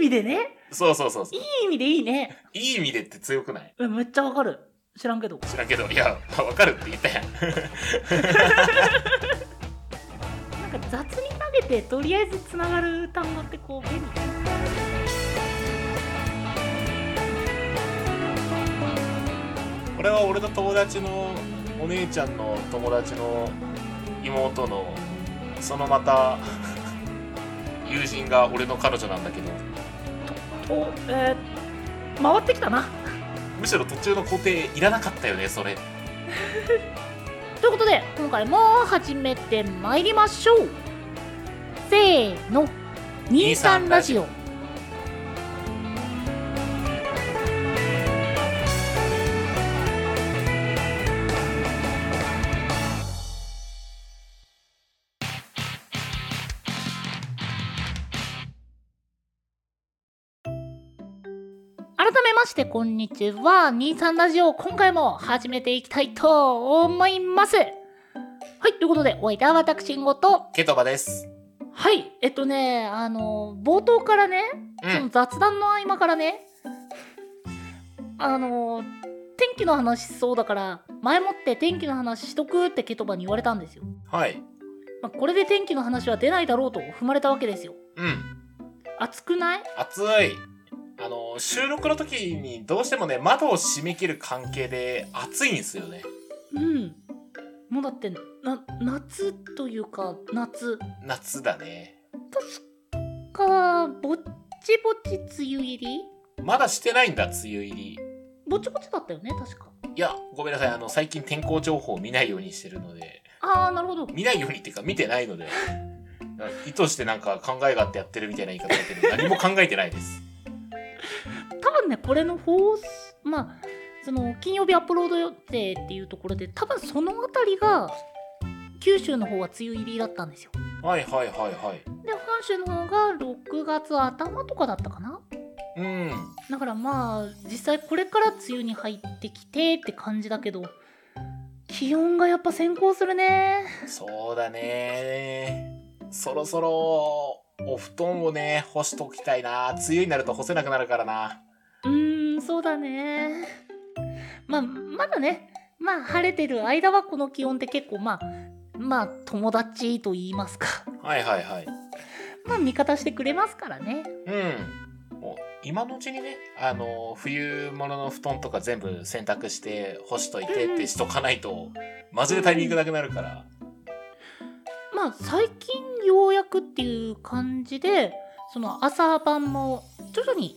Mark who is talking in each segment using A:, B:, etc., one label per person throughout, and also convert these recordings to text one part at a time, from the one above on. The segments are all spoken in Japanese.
A: 味でね。
B: そうそうそうそう。
A: いい意味でいいね。
B: いい意味でって強くない
A: うんめっちゃわかる。知らんけど。
B: 知らんけど、いや、わかるって言ったやん。
A: なんか雑に投げてとりあえずつながる単語ってこう便利だよね
B: これは俺の友達のお姉ちゃんの友達の妹のそのまた友人が俺の彼女なんだけど
A: おえー、回ってきたな。
B: むしろ途中の工程いらなかったよねそれ
A: ということで今回も始めてまいりましょうせーの23ラジオ改めましてこんにちは23ラジオ今回も始めていきたいと思いますはいということでお相手は私ごと
B: ケトバです
A: はいえっとねあの冒頭からね
B: う
A: その
B: ん
A: 雑談の合間からね、あの天気の話しそうだから前もって天気の話しとくってケトバに言われたんですよ、
B: はい
A: まあこれで天気の話は出ないだろうと踏まれたわけですよ
B: うん
A: 暑くない
B: 暑いあの収録の時にどうしてもね窓を閉め切る関係で暑いんですよね
A: うんもうだってな夏というか夏
B: 夏だね
A: かぼっちぼち梅雨入り
B: まだしてないんだ梅雨入り
A: ぼちぼちだったよね確か
B: いやごめんなさいあの最近天候情報を見ないようにしてるので
A: ああなるほど
B: 見ないようにっていうか見てないので意図してなんか考えがあってやってるみたいな言い方だけど何も考えてないです
A: 多分ねこれの放送まあその金曜日アップロード予定っていうところで多分その辺りが九州の方は梅雨入りだったんですよ
B: はいはいはいはい
A: で本州の方が6月頭とかだったかな
B: うん
A: だからまあ実際これから梅雨に入ってきてって感じだけど気温がやっぱ先行するね
B: そうだねそろそろお布団をね干しときたいな梅雨になると干せなくなるからな
A: うーんそうだねまあまだねまあ晴れてる間はこの気温って結構まあまあ友達と言いますか
B: はいはいはい
A: まあ味方してくれますからね
B: うんもう今のうちにねあの冬物の布団とか全部洗濯して干しといてってしとかないとマジでタイミングなくなるから
A: まあ最近ようやくっていう感じでその朝晩も徐々に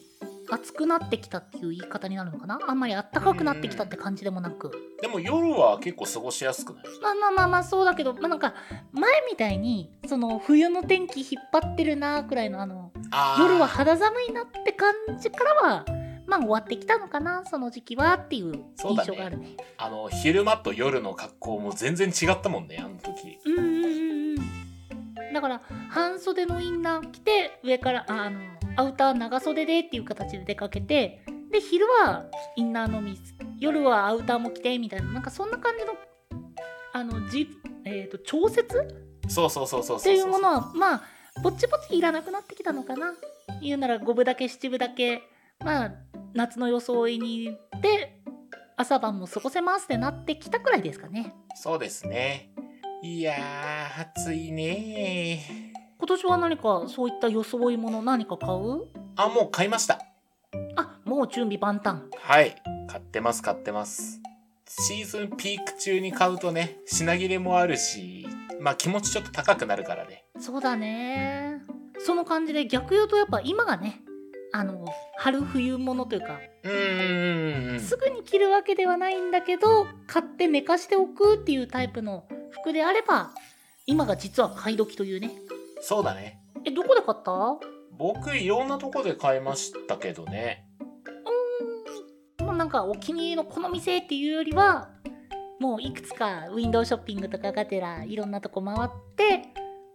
A: 暑くなってきたっていう言い方になるのかなあんまり暖かくなってきたって感じでもなく
B: でも夜は結構過ごしやすくない
A: まあまあまあまあそうだけどまあなんか前みたいにその冬の天気引っ張ってるなくらいのあの
B: あー
A: 夜は肌寒いなって感じからはまあ終わってきたのかなその時期はっていう
B: そうだ
A: 印
B: ね
A: 象があるね
B: あの昼間と夜の格好も全然違ったもんねあの時
A: うんうんうんうんだから半袖のインナー着て上からああのアウター長袖でっていう形で出かけてで昼はインナーのみ夜はアウターも着てみたいななんかそんな感じのあのじ、えー、と調節っ
B: そうそうそうそう
A: て
B: そう
A: い
B: そう
A: ものはまあぼっちぼっちいらなくなってきたのかな言うなら五分だけ七分だけまあ夏の装いに行って朝晩も過ごせますってなってきたくらいですかね
B: そうですねいやー暑いね
A: 今年は何かそういった装いもの何か買う
B: ーあもう買いました
A: あもう準備万端
B: はい買ってます買ってますシーズンピーク中に買うとね品切れもあるしまあ気持ちちょっと高くなるからね
A: そうだねその感じで逆言うとやっぱ今がねあの春冬物というか、
B: うーん
A: すぐに着るわけではないんだけど買って寝かしておくっていうタイプの服であれば今が実は買い時というね
B: そうだね
A: えどこで買ったう
B: 僕いろんなとこで買いましたけどね
A: ーんもうなんかお気に入りのこの店っていうよりはもういくつかウィンドウショッピングとかがてらいろんなとこ回って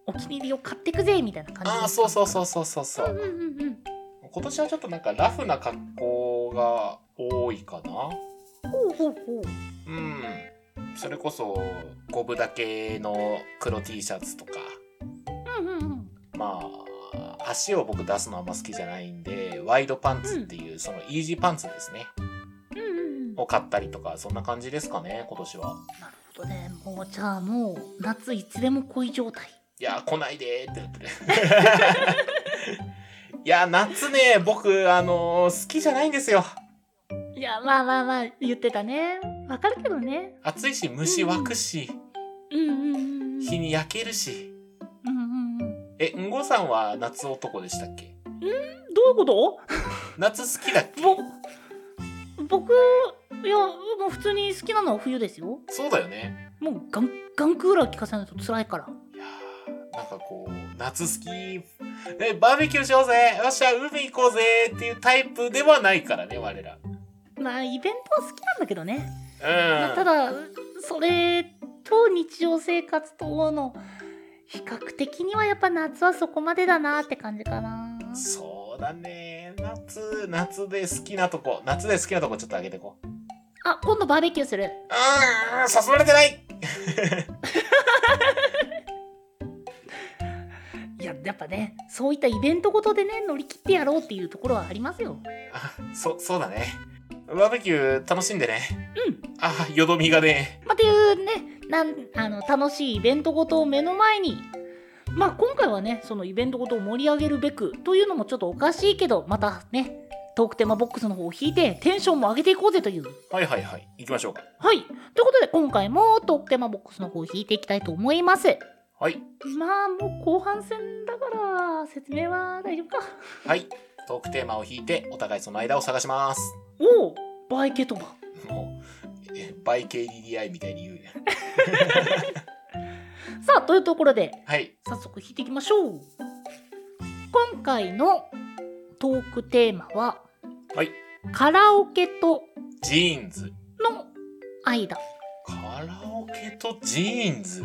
A: お気に入りを買ってくぜみたいな感じ
B: ああそうそうそうそうそうそう
A: うんうんうんうん
B: 今年はちょっとなんかラフな格好が多いかな
A: ほうほうほう
B: うんそれこそ五分だけの黒 T シャツとか
A: うんうんうん
B: まあ足を僕出すのあんま好きじゃないんでワイドパンツっていうそのイージーパンツですね
A: うんうんうんなる
B: を買ったりとかそんな感じですかね今年は
A: ほどねもうじゃあもう夏いつでも恋状態
B: いやー来ないでーって なってるいやー夏ね僕あのー好きじゃないんですよ
A: いやまあまあまあ言ってたねわかるけどね
B: 暑いし虫湧くし
A: うんうんうんうん
B: 日に焼けるし
A: うんうんうん
B: えんごさんは夏男でしたっけ
A: どういうこと
B: 夏好きだっけ
A: ぼ僕いやもう普通に好きなのは冬ですよ
B: そうだよね
A: もうガンガンクーラー効かせないと辛いから
B: いやーなんかこう夏好きえバーベキューしようぜよっしゃ海行こうぜっていうタイプではないからね我ら
A: まあイベントは好きなんだけどねまあ
B: うん
A: ただそれと日常生活との比較的にはやっぱ夏はそこまでだなって感じかな
B: そうだね夏夏で好きなとこ夏で好きなとこちょっと上げてこう
A: あ今度バーベキューする
B: あー誘われてない
A: いややっぱねそういったイベントごとでね乗り切ってやろうっていうところはありますよ
B: あそそうだねバーベキュー楽しんでね
A: うん
B: あよどみがね
A: まあ、っていうねなんあの楽しいイベントごとを目の前に、まあ、今回はねそのイベントごとを盛り上げるべくというのもちょっとおかしいけどまたねトークテーマボックスの方を引いてテンションも上げていこうぜという。
B: はいはいはい行きましょうか
A: はいということで今回もトークテーマボックスの方を引いていきたいと思います。
B: はい
A: まあもう後半戦だから説明は大丈夫か。
B: はいトークテーマを引いてお互いその間を探します
A: おおバイケトバ。
B: もうえバイ KDDI みたいに言うね
A: さあというところで
B: はい
A: 早速弾いていきましょう今回のトークテーマは、
B: はい
A: カラオケと
B: ジーンズ
A: の間
B: カラオケとジーンズ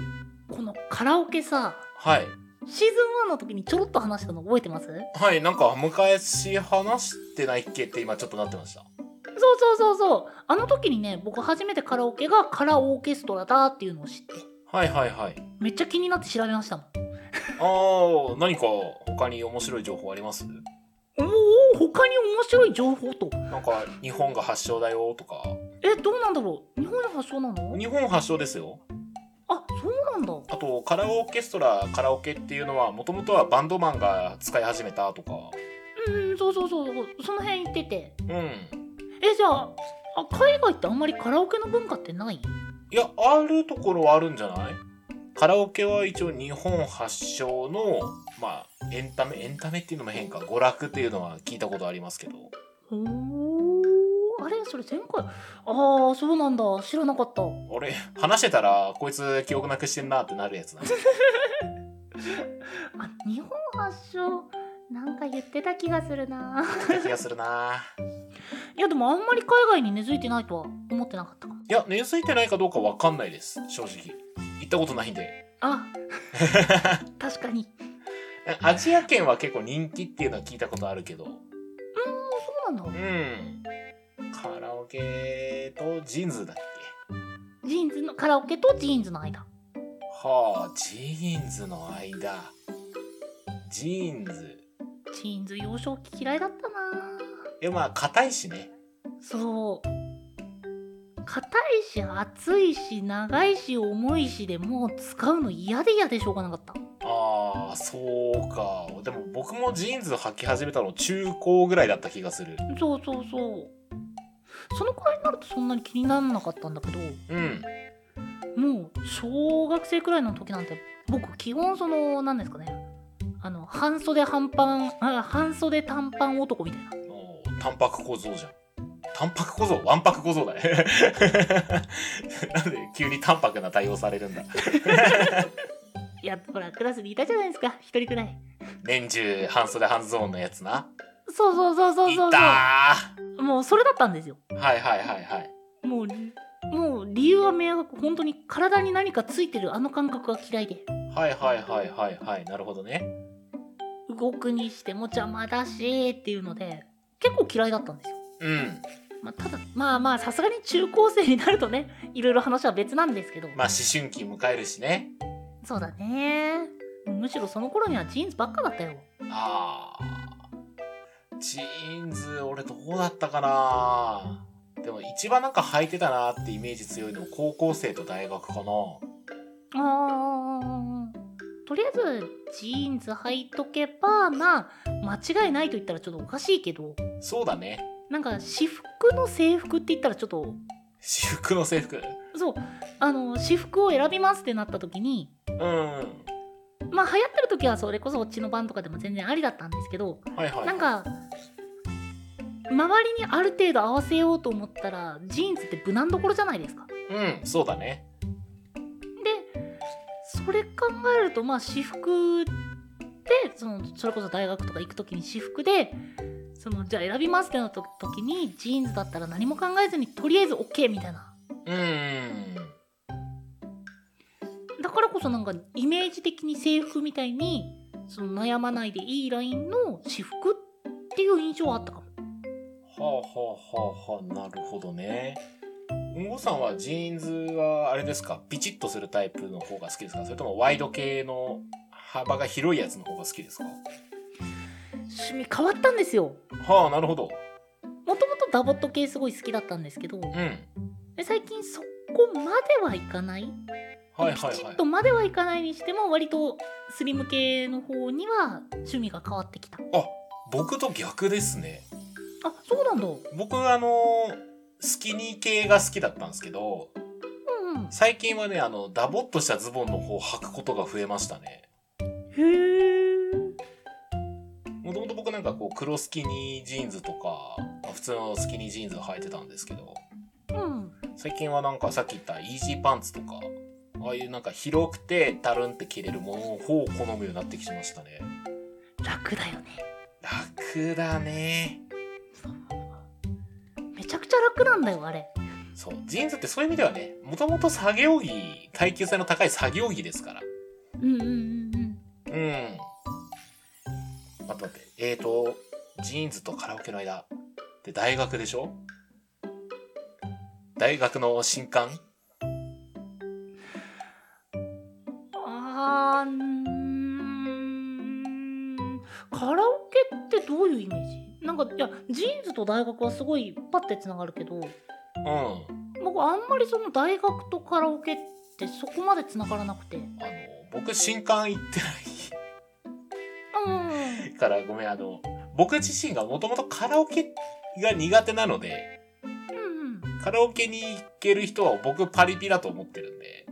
A: このカラオケさ
B: はい
A: シーズン1の時にちょろっと話したの覚えてますそう
B: はいなんか昔話してないっけって今ちょっとなってました
A: そうそうそうあの時にね僕初めてカラオケがカラオーケストラだっていうのを知って
B: はいはいはい
A: めっちゃ気になって調べましたもん
B: あー何か他に面白い情報あります
A: おお他に面白い情報と
B: なんか日本が発祥だよとか
A: えどうなんだろう日本の発祥なの
B: 日本発祥ですよ
A: あそうなんだ
B: あとカラオケストラカラオケっていうのはもともとはバンドマンが使い始めたとか
A: うんそうそうそうそうその辺行ってて
B: うん
A: えじゃああ海外ってあんまりカラオケの文化ってない
B: いやあるところはあるんじゃないカラオケは一応日本発祥のまあエンタメエンタメっていうのも変か娯楽っていうのは聞いたことありますけど
A: ほーあれそれ前回ああそうなんだ知らなかった
B: 俺話してたらこいつ記憶なくしてんなってなるやつだ
A: あ日本発祥なんか言ってた気がするな
B: 気がするない
A: やでもあんまり海外に根付いてないとは思ってなかったかも
B: いや根付いてないかどうかわかんないです正直行ったことないんで
A: あ 確 かに
B: アジア圏は結構人気っていうのは聞いたことあるけど
A: そうなん
B: う
A: だ
B: んカラオケとジーンズだっけ
A: ジーンズのカラオケとジーンズの間
B: はあジーンズの間ジーンズ
A: ジーンズ幼少期嫌いだったな
B: えまあ硬いしね
A: そう硬いし厚いし長いし重いしでもう使うの嫌で嫌でしょうがなかった
B: ああそうかでも僕もジーンズ履き始めたの中高ぐらいだった気がする
A: そうそうそうそのくらいになるとそんなに気にならなかったんだけど
B: うん
A: もう小学生くらいの時なんて僕基本その何ですかねあの半袖半パンあ半袖短パン男みたいな
B: おータンパク構造じゃんタンパク構造ワンパク構造だね なんで急にタンパクな対応されるんだ
A: いやほらクラスにいたじゃないですか一人くらい
B: 年中半袖半ズボンのやつな
A: そうそうそうそうそう
B: いたー
A: そうもうそれだったんですよ
B: はいはいはいはい
A: もうりもう理由は明確本当に体に何かついてるあの感覚が嫌いで
B: はいはいはいはいはいなるほどね
A: 動くにしても邪魔だしっていうので結構嫌いだったんですよ、
B: うん
A: まあ、ただまあまあさすがに中高生になるとねいろいろ話は別なんですけど、
B: まあ思春期迎えるしね
A: そうだねむしろその頃にはジーンズばっかだったよ
B: あージーンズ俺どうだったかなでも一番なんか履いてたなってイメージ強いの高校生と大学かな
A: あーとりあえずジーンズ履いとけばまあ間違いないと言ったらちょっとおかしいけど
B: そうだね
A: なんか私服の制服って言ったらちょっと
B: 私服の制服
A: そうあの私服を選びますってなった時に
B: うんは
A: まあ流行ってる時はそれこそオッチの番とかでも全然ありだったんですけど
B: いはい
A: なんか周りにある程度合わせようと思ったらジーンズって無難どころじゃないですか。
B: うんそうだね
A: でそれ考えるとまあ私服でそのそれこそ大学とか行く時に私服でそのじゃあ選びますってなった時にジーンズだったら何も考えずにとりあえず OK みたいな
B: うん
A: だからこそなんかイメージ的に制服みたいにその悩まないでいいラインの私服っていう印象はあったかも
B: はあはあはあはあなるほどねうんごさんはジーンズはあれですかピチッとするタイプの方が好きですかそれともワイド系の幅が広いやつの方が好きですか
A: 趣味変わったんですよ
B: はあなるほど
A: もともとダボット系すごい好きだったんですけど
B: うん
A: で最近そこまではいかない
B: はいはい
A: きち
B: は
A: っ
B: い
A: とまではいかないにしても割とスリム系の方には趣味が変わってきた
B: あ僕と逆ですね
A: あそうなんだう
B: 僕あのスキニー系が好きだったんですけど
A: ん
B: 最近はねあのダボっとしたズボンの方を履くことが増えましたね
A: うんへえ
B: もともと僕なんかこう黒スキニージーンズとか、まあ普通のスキニージーンズを履いてたんですけど
A: うん
B: 最近はなんかさっき言ったイージーパンツとかああいうなんか広くてたるんって着れるものの方を好むようになってきましたね
A: 楽だよね
B: 楽だね
A: めちゃくちゃ楽なんだよあれ
B: そうジーンズってそういう意味ではねもともと作業着耐久性の高い作業着ですから
A: うんうんうんうん
B: うん待って待ってえーとジーンズとカラオケの間で大学でしょ大学の新刊
A: あーうーんカラオケってどういうイメージなんかいやジーンズと大学はすごいパッてつながるけど
B: うんあ
A: 僕あんまりその大学とカラオケってそこまでつながらなくて
B: の僕新刊行ってない
A: うん
B: からごめんあの僕自身がもともとカラオケが苦手なので
A: うん
B: カラオケに行ける人は僕パリピだと思ってるんで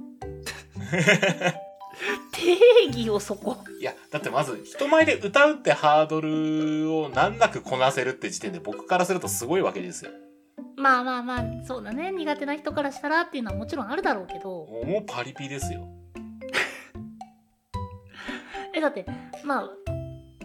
A: 定義をそこ
B: いやだってまず人前で歌うってハードルを難なくこなせるって時点で僕からするとすごいわけですよ
A: まあまあまあそうだね苦手な人からしたらっていうのはもちろんあるだろうけど
B: もうもうパリピですよ
A: えだってまあ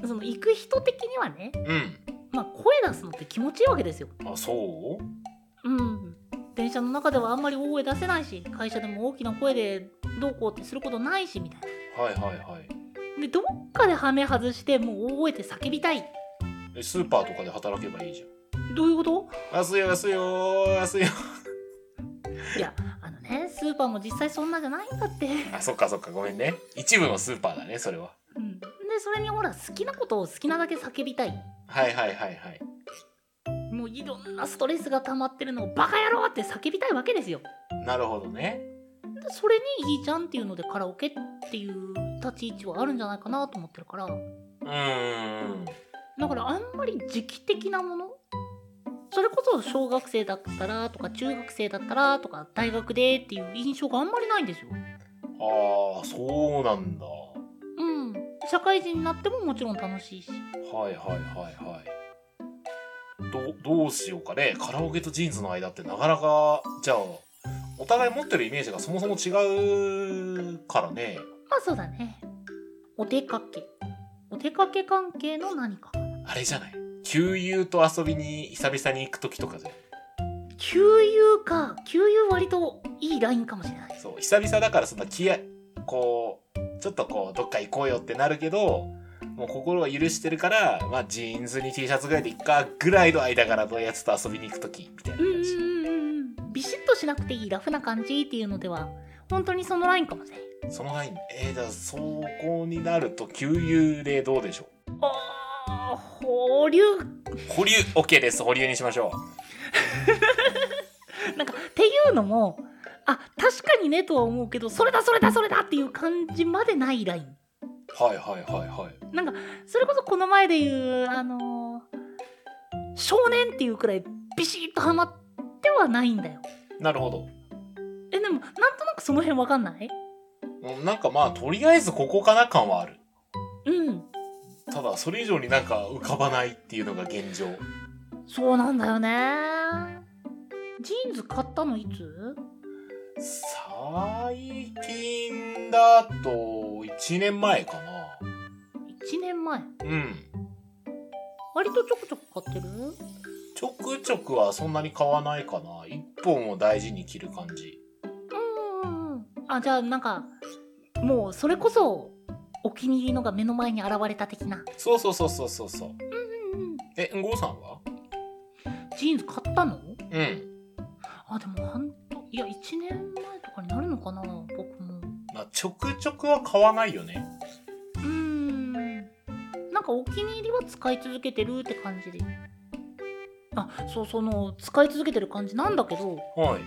A: その行く人的にはね、
B: うん
A: まあ、声出すのって気持ちいいわけですよ
B: あそう
A: うん電車の中ではあんまり大声出せないし会社でも大きな声でどうこうってすることないしみたい
B: はいはいはい
A: なでどっかでハメ外してもう大声で叫びたい
B: えスーパーとかで働けばいいじ
A: どういうこと
B: ゃん安いよ安いよ安いよ
A: いやあのねスーパーも実際そんなじゃないんだって、
B: あそっかそっかごめんね一部のスーパーだねそれは
A: うん、でそれにほら好きなことを好きなだけ叫びたい
B: はいはいはいはい
A: もういろんなストレスが溜まってるのをバカ野郎って叫びたいわけですよ
B: なるほどね
A: でそれにいいじゃんっていうのでカラオケっていう立ち位置はあるんじゃないかなと思ってるから
B: うーん
A: だからあんまり時期的なものそれこそ小学生だったらとか中学生だったらとか大学でっていう印象があんまりないんですよ。
B: ああそうなんだは
A: うん。社会人になってももちろん楽しいし。
B: いはいはいはいどどうしようかねカラオケとジーンズの間ってなかなかじゃあお互い持ってるイメージがそもそも違うからね
A: まあそうだね。お出かけ。お出かけ関係の何か。
B: あれじゃない旧友と遊びに久々に行く時とかじゃん
A: 給油か。給油割といいラインかもしれない。
B: そう久々だからそんな気合こうちょっとこうどっか行こうよってなるけどもう心を許してるから、まあ、ジーンズに T シャツぐらいでいっかぐらいの間からのやつと遊びに行く時みたいな
A: うんう
B: 感じ、
A: んうんうん。ビシッとしなくていいラフな感じっていうのでは本当にそのラインかもしれない。
B: そのラインえー、だからそこになると旧友でどうでしょう
A: ああ保留
B: 保留 OK です保留にしましょ
A: なんかっていうのもあ確かにねとは思うけどそれだそれだそれだっていう感じまでないライン
B: うはいはいはいはい
A: なんかそれこそこの前で言うあのー少年っていうくらいビシッとハマってはないんだよ
B: なるほど
A: えでもなんとなくその辺わかんない
B: うんなんかまあとりあえずここかな感はある
A: うん
B: ただそれ以上になんか浮かばないっていうのが現状
A: そうなんだよねジーンズ買ったのいつ
B: 最近だと1年前かな
A: ?1 年前
B: うん
A: 割とちょこちょこ買ってる
B: ちょくちょくはそんなに買わないかな一本を大事に切る感じ
A: うんうんうんあじゃあなんかもうそれこそお気に入りのが目の前に現れた的な
B: そうそうそうそうそうそう
A: うんうん
B: えんごうさんは
A: ジーンズ買ったの
B: うん
A: あでも半いや1年前とかになるのかな僕も
B: まあちょくちょくは買わないよね
A: うーんなんかお気に入りは使い続けてるって感じであそうその使い続けてる感じなんだけど
B: はい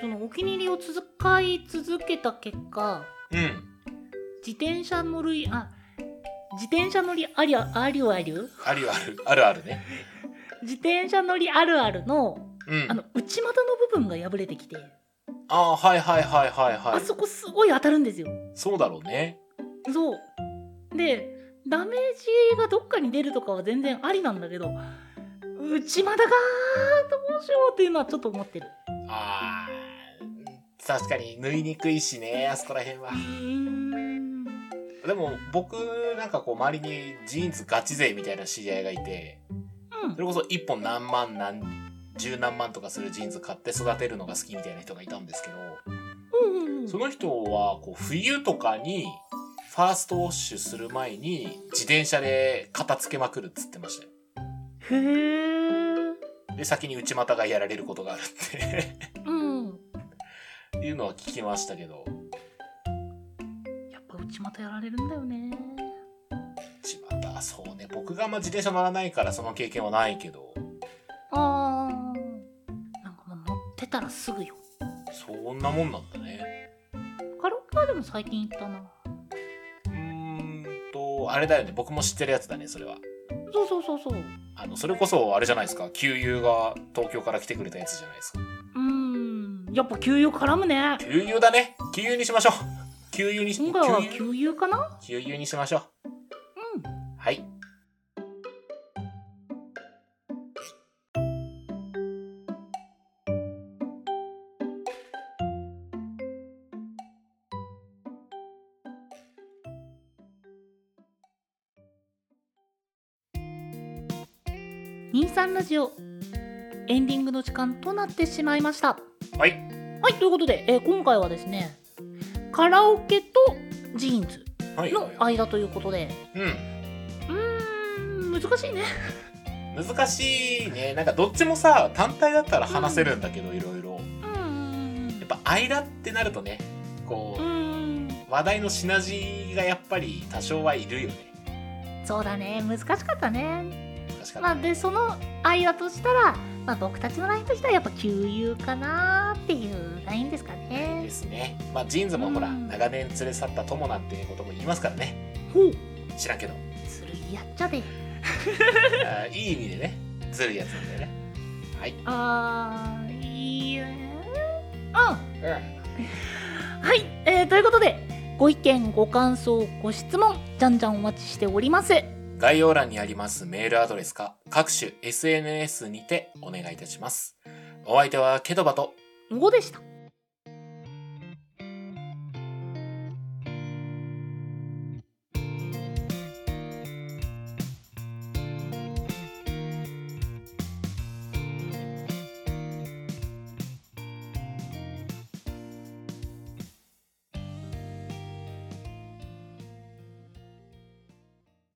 A: そのお気に入りを使い続けた結果
B: うん
A: 自転車乗るあ自転車乗りありあありゅありゅ
B: あるあるあるあるね
A: 自転車乗りあるあるの
B: うん
A: あの内股の部分が破れてきて、
B: ああはいはいはいはいは
A: あ
B: い
A: そこすごい当たるんですよ
B: そうだろうね
A: そうでダメージがどっかに出るとかは全然ありなんだけど内股がどうしようっていうのはちょっと思ってる
B: あー確かに縫いにくいしねあそこら辺は
A: うーん
B: でも僕なんかこう周りにジーンズガチ勢みたいな知り合いがいてそれこそ1本何万何十何万とかするジーンズ買って育てるのが好きみたいな人がいたんですけど
A: うんうんうん
B: その人はこう冬とかにファーストウォッシュする前に自転車で片付けまくるっつってましたよ
A: へえ
B: で先に内股がやられることがあるって
A: うん
B: っていうのは聞きましたけど
A: やっぱ内股やられるんだよね
B: 内股そうね僕があんま自転車乗らないからその経験はないけど
A: あーなんかもう乗ってたらすぐよ
B: そんなもんなんだね
A: カラオケはでも最近行ったな
B: うーんとあれだよね僕も知ってるやつだねそれは
A: そうそうそうそう
B: あのそれこそあれじゃないですか旧友が東京から来てくれたやつじゃないですか
A: うーんやっぱ給油絡むね
B: 旧友だね旧友にしましょう旧友にし
A: 今回は
B: 旧友
A: 給油かな
B: 旧友にしましょう
A: うん
B: はい
A: 23ラジオエンディングの時間となってしまいました
B: はい
A: はいということで、えー今回はですねカラオケとジーンズ
B: はい
A: の
B: はい
A: 間ということで
B: うん
A: うーん難しいね
B: 難しいねなんかどっちもさ単体だったら話せるんだけどいろい
A: う
B: ろ
A: ーん
B: やっぱ間ってなるとねこ
A: うーん
B: う話題のシナジーがやっぱり多少はいるよね
A: そうだね難しかったね
B: 確かに、
A: まあでその間としたら、まあ、僕たちのラインとしてはやっぱ給油かなっていうラインですか
B: で
A: ね
B: すねまあジーンズもほら
A: うん
B: 長年連れ去った友なんていうことも言いますからね
A: ほう
B: 知らんけど
A: するやっちゃで
B: あーいい意味でねずるいやつなんだよねはい、
A: あーいいえうんはい、えーということでご意見ご感想ご質問じゃんじゃんお待ちしております
B: 概要欄にありますメールアドレスか各種 SNS にてお願いいたしますお相手はケトバと
A: 5でした